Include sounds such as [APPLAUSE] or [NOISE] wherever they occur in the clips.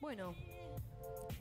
Bueno,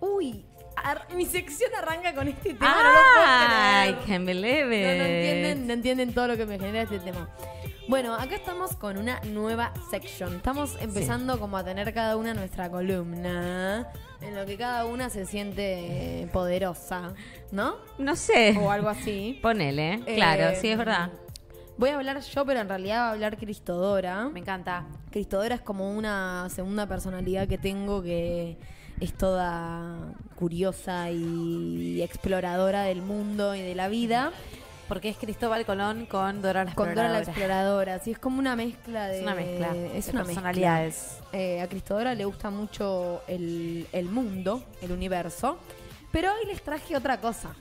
Uy, ar- mi sección arranca con este tema. no lo puedo creer. ¡Ay, can believe No, no entienden, it. no entienden todo lo que me genera este tema. Bueno, acá estamos con una nueva section. Estamos empezando como a tener cada una nuestra columna, en lo que cada una se siente eh, poderosa, ¿no? No sé. O algo así. Ponele, Eh, claro, sí, es verdad. Voy a hablar yo, pero en realidad va a hablar Cristodora. me encanta. Cristodora es como una segunda personalidad que tengo que es toda curiosa y exploradora del mundo y de la vida. Porque es Cristóbal Colón con Dora la Con Dora la Exploradora. exploradora, sí, es como una mezcla de... Es una mezcla Es de una personalidades. mezcla. Eh, a Cristodora le gusta mucho el, el mundo, el universo, pero hoy les traje otra cosa.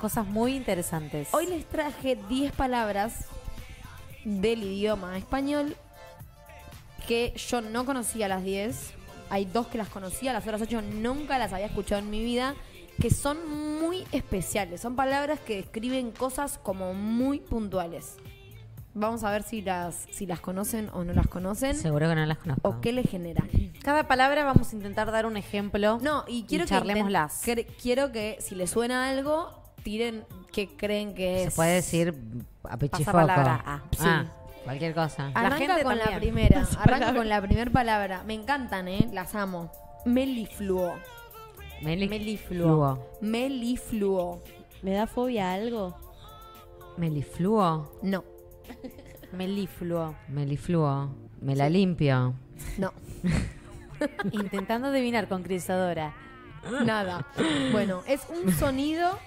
Cosas muy interesantes. Hoy les traje 10 palabras del idioma español que yo no conocía las 10. Hay dos que las conocía, las otras ocho nunca las había escuchado en mi vida, que son muy especiales. Son palabras que describen cosas como muy puntuales. Vamos a ver si las, si las conocen o no las conocen Seguro que no las conozco. o qué les genera. Cada palabra vamos a intentar dar un ejemplo. No, y quiero que charlémoslas. inten- cre- quiero que si les suena algo, tiren qué creen que Se es. puede decir a pichifoco. Pasapalabra. Ah, sí. cualquier cosa. La Arranca gente con la también. [LAUGHS] primera. Arranca con la primera palabra. Me encantan, ¿eh? Las amo. Melifluo. Meli- Melifluo. Melifluo. ¿Me da fobia algo? Melifluo. No, Melifluo. Melifluo. Me la limpio. [LAUGHS] no, Intentando adivinar con Cristodora. nada. Bueno, es un sonido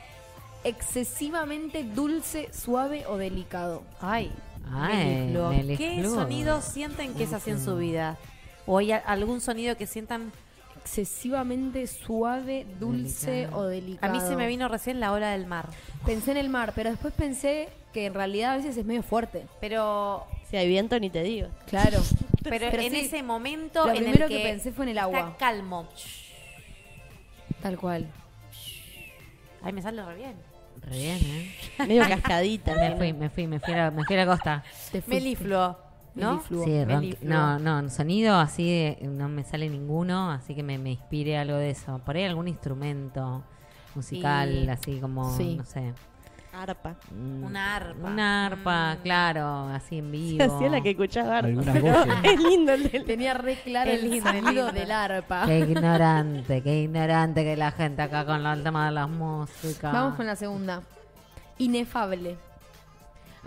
excesivamente dulce, suave o delicado. Ay, Ay, melifluo. ¿Qué melifluo. sonido sienten que es así en su vida? ¿O hay a- algún sonido que sientan? Excesivamente suave, dulce Delicado. o A delicado. mí se me vino recién la ola del mar. Pensé en el mar, pero después pensé que en realidad a veces es medio fuerte. Pero, Si hay viento, ni te digo. Claro. [LAUGHS] pero, Pero en sí, ese momento lo en primero el que, que pensé fue en el agua. Está calmo. Tal cual. Ay, me sale re bien. Re bien, ¿eh? Medio cascadita. Me fui, me fui, me fui a, me fui a la costa. Te fuiste. Melifluo, ¿no? Melifluo. Sí, ronqui- Melifluo. no, no, sonido así de- no me sale ninguno, así que me, me inspire algo de eso. Por ahí algún instrumento musical, Y- así como, Sí. no sé. Arpa. mm, Una arpa. Una arpa, Mm. claro, así en vivo. Hacía la que escuchaba arpa. Algunas Pero [LAUGHS] voces. es lindo el del... Tenía re claro Qué el, lindo, sonido lindo. del arpa. [LAUGHS] Qué ignorante, qué ignorante que la gente acá con el tema de las músicas. Vamos con la segunda. Inefable.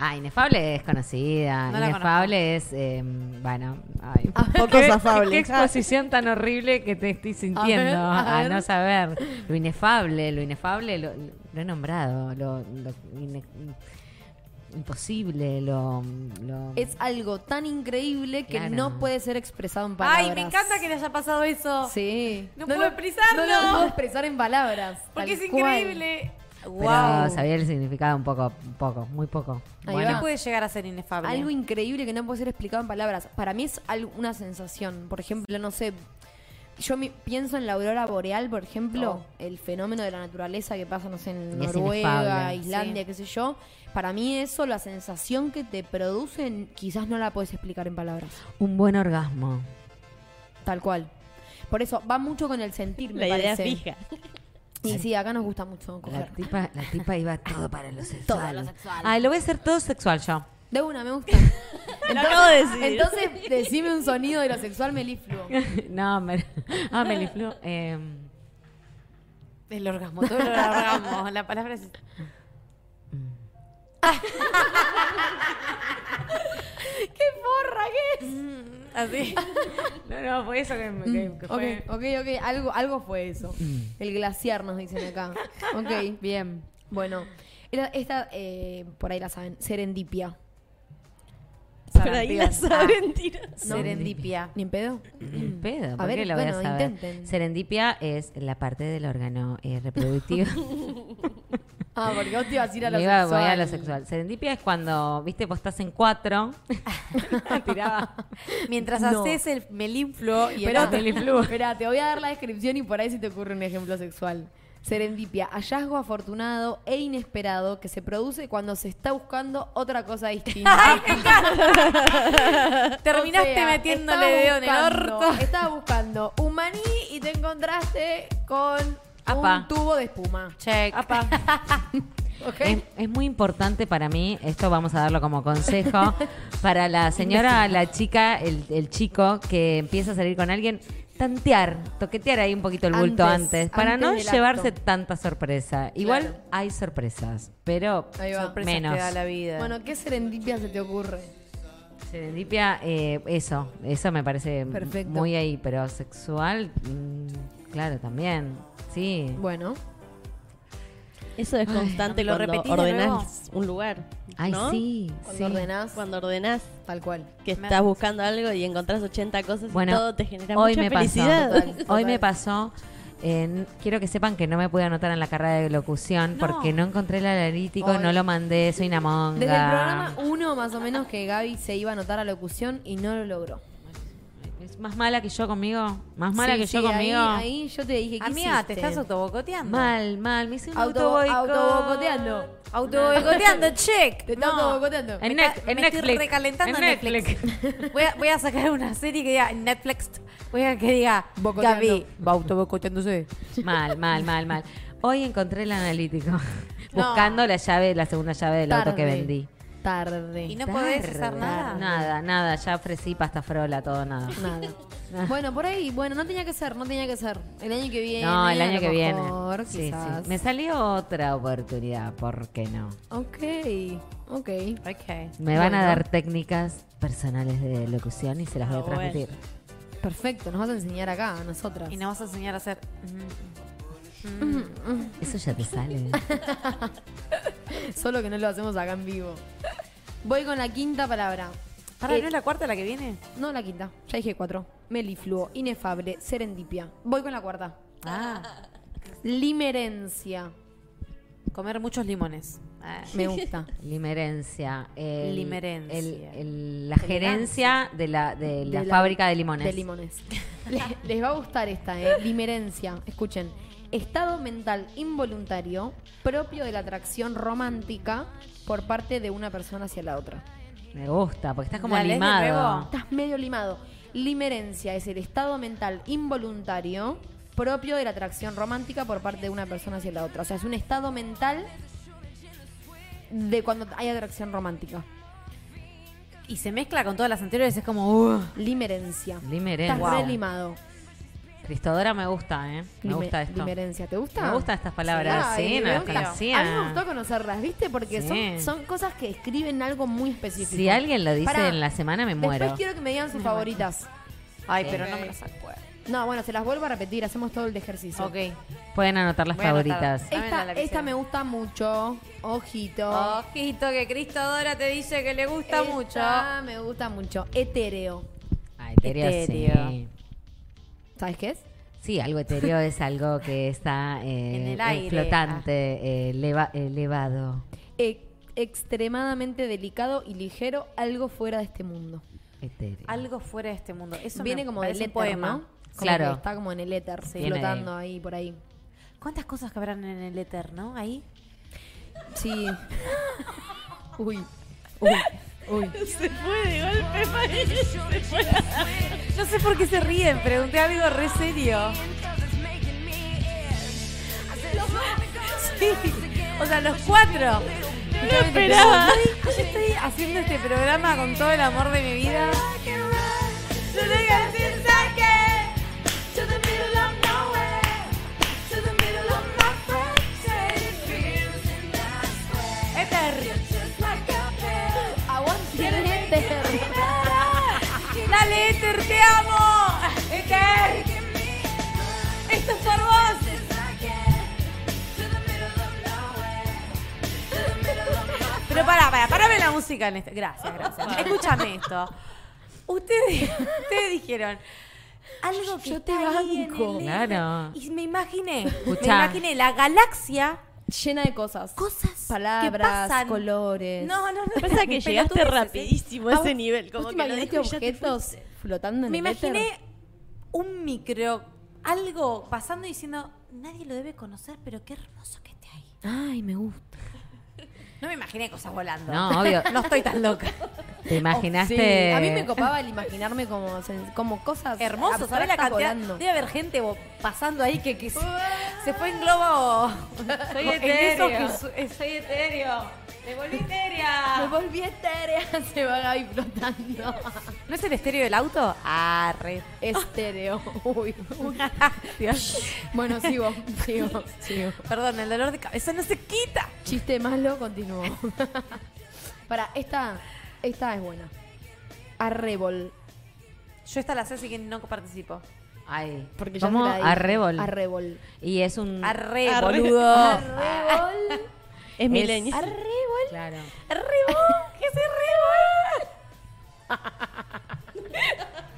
Ah, Inefable es conocida. No la inefable es, eh, bueno, ay. Pocos ¿Qué, afables. qué exposición tan horrible que te estoy sintiendo A a, ver, a ver. no saber. Lo inefable, lo inefable, lo, lo he nombrado, lo, lo ine- imposible, lo... lo- Es algo tan increíble que Claro. no puede ser expresado en Mm. palabras. Ay, me encanta que le haya pasado eso. Sí. No puedo expresarlo. No lo puedo expresar en [LAUGHS] palabras. Porque es tal cual. increíble. pero Guau. sabía el significado un poco, un poco, muy poco. Ahí Bueno, va. puede llegar a ser inefable. Algo increíble que no puede ser explicado en palabras. Para mí es al- una sensación. Por ejemplo, no sé. Yo mi- pienso en la aurora boreal, por ejemplo, Oh. el fenómeno de la naturaleza que pasa, no sé, en Y es Noruega, inefable. Islandia, Sí. qué sé yo. Para mí eso, la sensación que te producen, quizás no la puedes explicar en palabras. un buen orgasmo. Tal cual. Por eso va mucho con el sentir, me La idea parece. fija. Y sí, acá nos gusta mucho La coger. tipa, la tipa iba todo para lo sexual. [LAUGHS] Todo lo sexual. Ay, lo voy a hacer todo sexual yo. [LAUGHS] De una, me gusta. Lo acabo de decir. Entonces, decime un sonido de lo sexual [LAUGHS] melifluo. no, me, ah, [LAUGHS] me influ- eh, El orgasmo, todo el orgasmo. La palabra es. [LAUGHS] ¡Qué porra que es! Mm, Así. No, no, por eso que, que- que fue. Mm, Ok, ok, ok. Algo, algo fue eso. El glaciar nos dicen acá. Ok, bien. Bueno, era- esta, eh, por ahí la saben, serendipia. Pero ahí la Sarampión. saben tirar. Ah, Serendipia. ¿Ni en pedo? Ni en pedo, ¿por Mm. A qué ver, lo voy bueno, a saber? intenten. Serendipia es la parte del órgano eh, [LAUGHS] reproductivo. Ah, porque vos te ibas a ir a lo Me iba- sexual. voy a lo sexual. Serendipia es cuando, viste, vos estás en cuatro. Tiraba. Mientras No. haces el melinflo y el Pero, [LAUGHS] otro. [LAUGHS] Esperá, te voy a dar la descripción y por ahí si te ocurre un ejemplo sexual. Serendipia, hallazgo afortunado e inesperado que se produce cuando se está buscando otra cosa [LAUGHS] distinta. Terminaste O sea, metiéndole estaba dedo en el buscando- orto. [LAUGHS] Estaba buscando un maní y y te encontraste con Apa. un tubo de espuma. Check. [LAUGHS] ¿Ok? Es, es muy importante para mí, esto vamos a darlo [LAUGHS] como consejo, para la señora, la chica, el, el chico que empieza a salir con alguien, tantear, toquetear ahí un poquito el bulto Antes, antes, para antes no del llevarse acto. tanta sorpresa. Igual Claro. hay sorpresas, pero Ahí va. Sorpresas menos. te da la vida. Bueno, ¿qué serendipia se te ocurre? Serendipia, eh, eso, eso me parece m- Perfecto. muy ahí, pero sexual, mm, claro, también, sí. Bueno, Eso es constante ¿lo cuando repetís de ordenás un lugar. Ay, ¿no? sí, cuando sí. ordenás, Cuando ordenás tal cual. que Me- estás buscando algo y encontrás 80 cosas Bueno, y todo te genera hoy mucha me pasó. felicidad. [LAUGHS] Total. Hoy me pasó, eh, quiero que sepan que no me pude anotar en la carrera de locución No. porque no encontré el analítico, Ay. no lo mandé, soy una monga. Desde el programa 1 más o menos que Gaby se iba a anotar a locución y no lo logró. ¿Es más mala que yo conmigo? ¿Más mala Sí, que sí, yo conmigo? Ahí, ahí yo te dije que Amiga, te estás autobocoteando. Mal, mal, me hice un Auto- autoboicot. autoboicoteando. Autobocoteando, check. Te estás autobocoteando. Me En, está- Net- me en estoy Netflix. recalentando en Netflix. [LAUGHS] Voy a, voy a sacar una serie que diga en Netflix. Voy a que diga Bocoteando. Gaby va autobocoteándose. Mal, mal, mal, mal. Hoy encontré [LAUGHS] el analítico No. buscando la llave, la segunda llave del auto que vendí. Tarde. Y no podés hacer Tarde, nada. Nada, nada. Ya ofrecí pasta frola, todo, nada. [LAUGHS] Nada. bueno, por ahí, bueno, no tenía que ser, no tenía que ser. El año que viene. No, el a año lo que viene. mejor, Sí, sí. quizás. Me salió otra oportunidad, ¿por qué no? Ok, ok. Ok. Me van Bueno. a dar técnicas personales de locución y se las voy Ah, a transmitir. Perfecto, nos vas a enseñar acá a nosotras. Y nos vas a enseñar a hacer. Eso ya [LAUGHS] te sale. Solo que no lo hacemos acá en vivo. Voy con la quinta palabra. ¿Para, Eh, no es la cuarta la que viene? No, la quinta. Ya dije cuatro. Melifluo, inefable, serendipia. Voy con la cuarta. Ah, Limerencia. comer muchos limones. Ah. Me gusta. Limerencia. el- Limerencia. el- el- la gerencia de la, [LAUGHS] de la De la- fábrica de limones. De limones. les, les va a gustar esta, eh. Limerencia. Escuchen. Estado mental involuntario propio de la atracción romántica por parte de una persona hacia la otra. Me gusta, porque estás como ¿La lees de animado. nuevo? Estás medio limado. Limerencia es el estado mental involuntario propio de la atracción romántica por parte de una persona hacia la otra. O sea, es un estado mental de cuando hay atracción romántica. Y se mezcla con todas las anteriores, es como. uh, Limerencia. Limerencia. Estás re limado. Cristodora me gusta, ¿eh? Me Lime- gusta esto. Limerencia. ¿Te gusta? Me gustan estas palabras. Ay, sí, no me las gusta. conocía. A mí me gustó conocerlas, ¿viste? Porque son, Sí. son cosas que escriben algo muy específico. Si alguien lo dice Pará, en la semana, me muero. Después quiero que me digan sus favoritas. Ay, pero no me las acuerdo. No, bueno, se las vuelvo a repetir. Hacemos todo el ejercicio. Ok. Pueden anotar las Voy a anotar. favoritas. Dame la Oh, Esta, lapicera. esta me gusta mucho. Ojito. Ojito, que Cristodora te dice que le gusta Esta mucho. Me gusta mucho. Etéreo. Ah, etéreo, Etéreo. sí. ¿Sabes qué es? Sí, algo etéreo es algo que está [LAUGHS] eh, En el eh, aire, flotante, eh, eleva- elevado. E- extremadamente delicado y ligero, algo fuera de este mundo. Etéreo. Algo fuera de este mundo. Eso Viene me como del parece éter, un poema. ¿no? Como Claro. que Está como en el éter, Viene de flotando ahí por ahí. ¿Cuántas cosas cabrán en el éter, no? Ahí. [LAUGHS] Sí. Uy. Uy. Uy. Se fue de golpe, Mari. Se fue. No sé por qué se ríen, pregunté algo re serio. Sí, o sea, los cuatro. No esperaba. Yo estoy haciendo este programa con todo el amor de mi vida. Éter. Aguante el éter. Dale, Éter, te amo. Éter. Esto es por vos. Pero pará, pará, parame la música en este. Gracias, gracias. Escúchame esto. Ustedes, ustedes dijeron algo que Yo te está ahí en banco. el éter. Claro. Y me imaginé, me Escuchá. imaginé la galaxia, Llena de cosas. cosas, que Palabras, pasan. colores. No, no, no. Pasa que [LAUGHS] llegaste Pelotudeces, ¿eh? rapidísimo a ese nivel. ¿Vos Como te que lo imaginaste dijo y ya te objetos flotando en Me el éter? imaginé un micro, algo pasando y diciendo, nadie lo debe conocer, pero qué hermoso que esté ahí. Ay, me gusta. [LAUGHS] No me imaginé cosas volando. No, obvio. No estoy tan loca. ¿Te imaginaste? Oh, Sí, A mí me copaba el imaginarme como, sen- como cosas Hermoso, ¿sabés la abstractas cantidad? volando. [LAUGHS] Debe haber gente bo- pasando ahí que, que se, se fue en globo. [LAUGHS] Soy en eso etéreo. que su- eh, soy etéreo. Me volví etérea. Me volví etérea, [LAUGHS] se va Gaby flotando. ¿No es el estéreo del auto? Arre. Estéreo. Uy. [LAUGHS] Dios. Bueno, sigo, sigo, sigo. Perdón, el dolor de cabeza no se quita. Chiste malo, continúo. [LAUGHS] Para, esta, esta es buena. Arrebol. Yo esta la sé, así que no participo. Ay, Porque ya ¿Cómo? te la dije. Arrebol. Arrebol. Y es un... Arre, Arre. boludo. [LAUGHS] Arrebol. Es milenio. Arrebol. Claro. Arriba, que se arriba.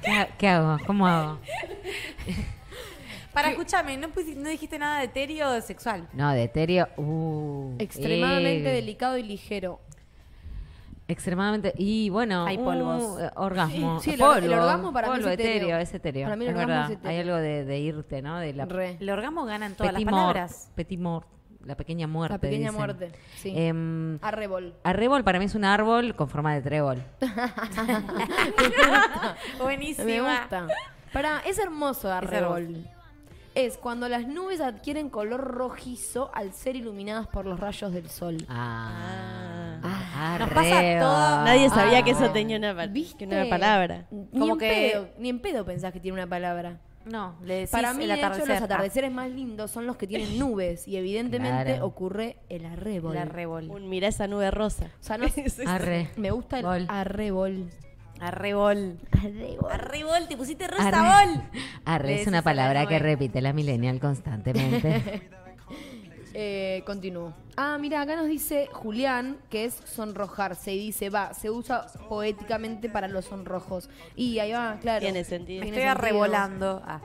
¿Qué, ha- qué hago? ¿Cómo hago? Para, escúchame, no, pusi- no dijiste nada de etéreo sexual. No, de etéreo... uh, Extremadamente eh, delicado y ligero. Extremadamente... Y bueno... Hay un, polvos. eh, orgasmo. Sí, sí, el Polvo, or- el orgasmo para mí polvo, es etéreo. es etéreo. Para mí el es orgasmo es verdad. Hay etéreo. algo de, de irte, ¿no? De la Re. El orgasmo gana en todas petit las mort, palabras. petit mort, la pequeña muerte. La pequeña dicen. muerte, Eh, sí. Em, Arrebol. arrebol para mí es un árbol con forma [LAUGHS] de trébol. Buenísima. Me gusta. Para, es hermoso hermoso. arrebol. Es cuando las nubes adquieren color rojizo al ser iluminadas por los rayos del sol. Ah, Nos arrebol. pasa a todos. Nadie sabía Ah, que eso bueno. tenía una, par- que ¿Viste? una palabra. Ni Como en, que- pedo, ni en pedo pensás que tiene una palabra. No, le decís Para mí, el de hecho, atardecer. Ah, los atardeceres más lindos son los que tienen nubes. Y evidentemente Claro. ocurre el Ah, arrebol. el arrebol. Un, mira esa nube rosa. O sea, no- Arre. me gusta el Bol. arrebol. Arrebol. Arrebol. Arrebol, te pusiste rosa Ah, Arre, bol. Le arre es decís a una la palabra nube. que repite la [LAUGHS] millennial constantemente. [LAUGHS] Eh, continúo. Ah, mira, acá nos dice Julián que es sonrojarse y dice, va, se usa poéticamente para los sonrojos. Y ahí va, claro. Tiene sentido. Me Tiene sentido. estoy arrebolando. Ah.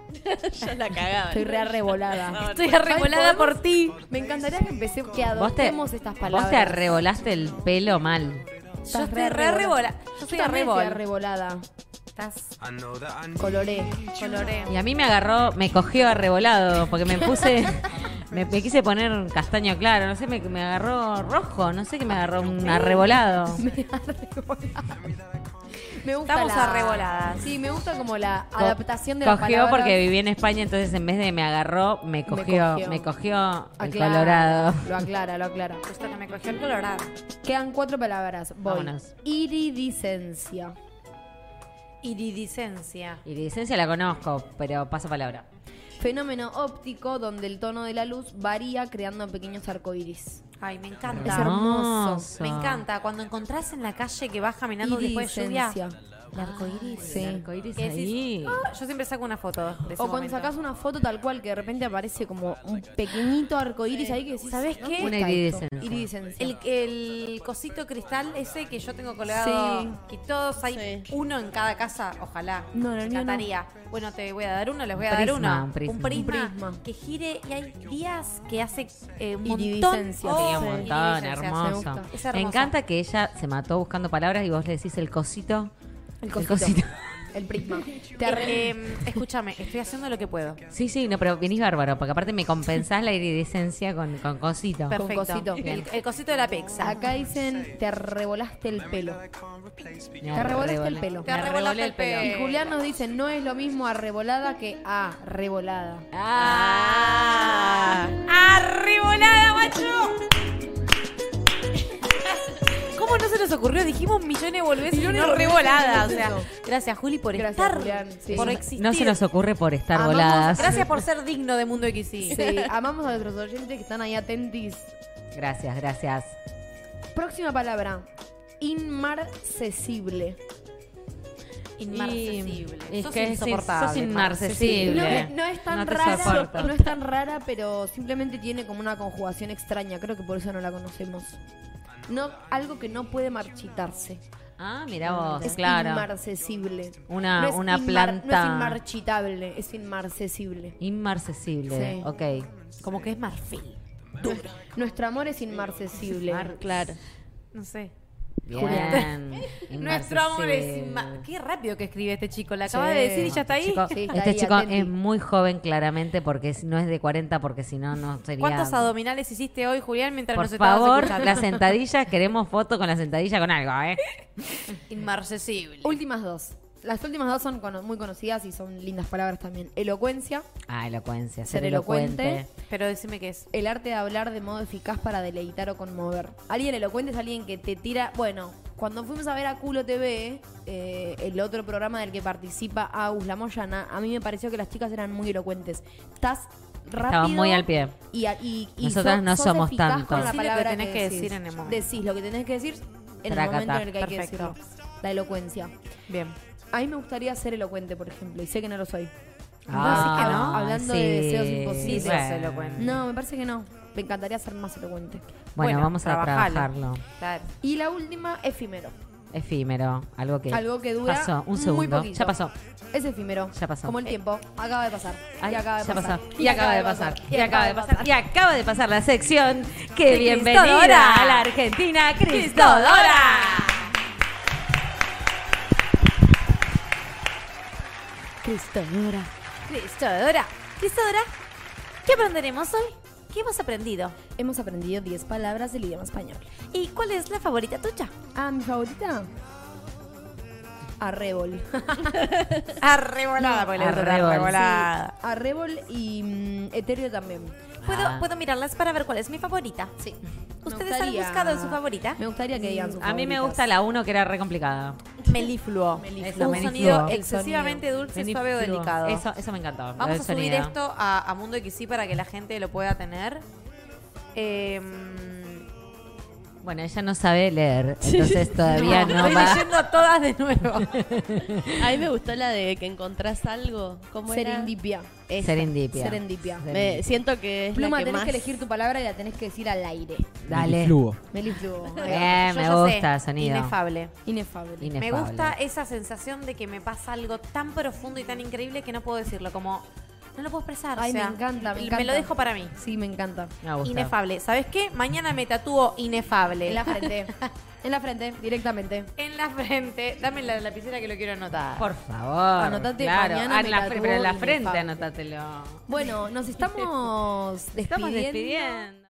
ya la cagaba. Estoy re arrebolada. Estoy arrebolada ¿podemos? por ti. Me encantaría que empecemos, que vos te, adoptemos estas palabras. vos te arrebolaste el pelo mal. Yo Estás estoy re arrebola. Yo soy también arrebol. estoy arrebolada. Estás Coloré. coloré. Y a mí me agarró, me cogió arrebolado, porque me puse, [LAUGHS] me, me quise poner un castaño claro, no sé, me, me agarró rojo, no sé qué me agarró un arrebolado. Me gusta Estamos la- arreboladas. Sí, me gusta como la adaptación de la Cogió palabra. porque viví en España, entonces en vez de me agarró, me cogió, cogió. Ah, me cogió, el colorado. Lo aclara, lo aclara. Justo que me cogió el colorado. Quedan cuatro palabras. Voy. Vámonos. Iridiscencia. Iridiscencia. Y licencia la conozco, pero paso palabra. Fenómeno óptico donde el tono de la luz varía creando pequeños arcoíris. Ay, me Es encanta. hermoso. Me encanta. Cuando encontrás en la calle que vas caminando después de lluvia. Iridiscencia. El arcoíris. Sí. El arcoíris Y decís, ahí. "Ah", Yo siempre saco una foto de ese O cuando momento. sacas una foto tal cual que de repente aparece como un pequeñito arcoíris ahí que decís, ¿Sabés qué? ¿dónde Una está esto? iridiscencia. Iridiscencia. El, el cosito cristal ese que yo tengo colgado. Sí. Que todos hay Sí. uno en cada casa, ojalá. No, no, Me el mío no. encantaría. Bueno, te voy a dar uno, les voy a dar Prisma, uno. un prisma. Un prisma, Un prisma. que gire y hay días que hace eh, un montón. Iridiscencia. Oh, Sí, un montón, iridiscencia, me hermoso. gusta. Es Me hermoso. encanta que ella se mató buscando palabras y vos le decís el cosito. El cosito. El, prisma. Te arre- Eh, eh, escúchame, estoy haciendo lo que puedo. Sí, sí, no, pero venís bárbaro, porque aparte me compensás la iridescencia con, con cosito. Con Perfecto. cosito. El, el cosito de la pizza. Acá dicen, te arrebolaste el pelo. Me Te arrebolaste arrebolé. el pelo. Te arrebolaste el pelo. Y Julián nos dice, no es lo mismo arrebolada que arrebolada. ¡Ah! ¡Arribolada, macho! [LAUGHS] ¿Cómo no se nos ocurrió? Dijimos millones de volvés y no revolada. O sea, gracias, Juli, por Gracias, estar, Julián, sí. por No existir. No se nos ocurre por estar Amamos- voladas. Gracias por ser digno de Mundo XI. Sí, amamos a nuestros oyentes que están ahí atentis. Gracias, gracias. Próxima palabra, inmarcesible. Inmarcesible. Y- Sos es que es in- insoportable. sos No, inmarcesible. es- no es tan No te rara, soporto. no es tan rara, pero simplemente tiene como una conjugación extraña. Creo que por eso no la conocemos. No, algo que no puede marchitarse. Ah, mira vos, es claro. inmarcesible. Una- No es una No planta. es inmarchitable, es inmarcesible. Inmarcesible, Sí. ok. Como que es marfil. Nuestro amor es inmarcesible. Claro. No sé. [LAUGHS] Bien. Nuestro amor es inmarcesible. inma- Qué rápido que escribe este chico. La acaba de decir y ya está ahí. Chico, Sí, está este ahí, chico atenti. es muy joven claramente porque es- no es de 40 porque si no no sería ¿Cuántos abdominales hiciste hoy, Julián, mientras Por nos estabas favor, escuchando? la [LAUGHS] sentadilla, queremos foto con la sentadilla con algo, ¿eh? Inmarcesible. Últimas dos. Las últimas dos son cono- muy conocidas y son lindas palabras también. Elocuencia, Ah, elocuencia, ser, Ser elocuente. elocuente. Pero decime qué es. el arte de hablar de modo eficaz para deleitar o conmover. Alguien elocuente es alguien que te tira. Bueno, cuando fuimos a ver a Culo TV, eh, el otro programa del que participa Agus La Moyana, a mí me pareció que las chicas eran muy elocuentes. Estás rápido. muy al pie. Y, a- y, y Nosotras sos- no sos somos eficaz tanto. Con la Decí lo que palabra tenés que decir decís. en el momento. Decís lo que tenés que decir en el Tracata. momento en el que hay Perfecto. que decirlo. La elocuencia. Bien. A mí me gustaría ser elocuente, por ejemplo, y sé que no lo soy. Ah, Así que no, hablando de deseos imposibles. Sí, sos elocuente. No, me parece que no. Me encantaría ser más elocuente. Bueno, vamos a trabajalo. trabajarlo. Claro. Y la última, efímero. Efímero, algo que Algo que dura pasó, un muy segundo, poquito. ya pasó. Es efímero. Ya pasó. Como el tiempo. Acaba de pasar. Ay, y acaba de ya pasar. pasó. Y acaba de pasar. Y acaba de pasar. Y acaba de pasar la sección. ¡Qué De bienvenida Cristodora. a la Argentina Cristodora! ¡Cristodora! Cristadora. Cristodora. Cristodora, ¿qué aprenderemos hoy? ¿Qué hemos aprendido? Hemos aprendido 10 palabras del idioma español. ¿Y cuál es la favorita tuya? Ah, mi favorita. [LAUGHS] Arrebol. Arrebolada, porque le gusta estar Arrebol. arrebolada. Arrebol y mm, etéreo también. ¿Puedo, Ah. ¿Puedo mirarlas para ver cuál es mi favorita? Sí. ¿Ustedes han buscado su favorita? Me gustaría que digan su A mí me gusta la 1 que era re complicada. Melifluo. Melifluo. Un Melifluo. sonido El excesivamente dulce, Vení, suave o fluo. delicado. Eso, eso me encantó. lo Vamos del a subir sonido. esto a, a Mundo XC para que la gente lo pueda tener. Em, Bueno, ella no sabe leer, [LAUGHS] entonces todavía no, estoy va. leyendo todas de [LAUGHS] nuevo. A mí me gustó la de que encontrás algo. ¿Cómo era? Serendipia. Esa. Serendipia. Serendipia. Me- siento que es Pluma, la que tenés más... que elegir tu palabra y la tenés que decir al aire. Dale. Fluo. Melifluo. [LAUGHS] Yo ya Bien, me sé, gusta el sonido. Inefable. Inefable. Inefable. Me gusta esa sensación de que me pasa algo tan profundo y tan increíble que no puedo decirlo, como no lo puedo expresar. Ay, o sea, me encanta, me Me encanta. lo dejo para mí. Sí, me encanta. Me gusta. Inefable. ¿Sabes qué? Mañana me tatúo inefable. En la frente. en la frente, directamente. En la frente. Dame la lapicera que lo quiero anotar. Por favor. Anotate, claro. mañana Ah, me en la tatúo fre- pero en la frente inefable. anótatelo. Bueno, nos estamos despidiendo. Estamos despidiendo.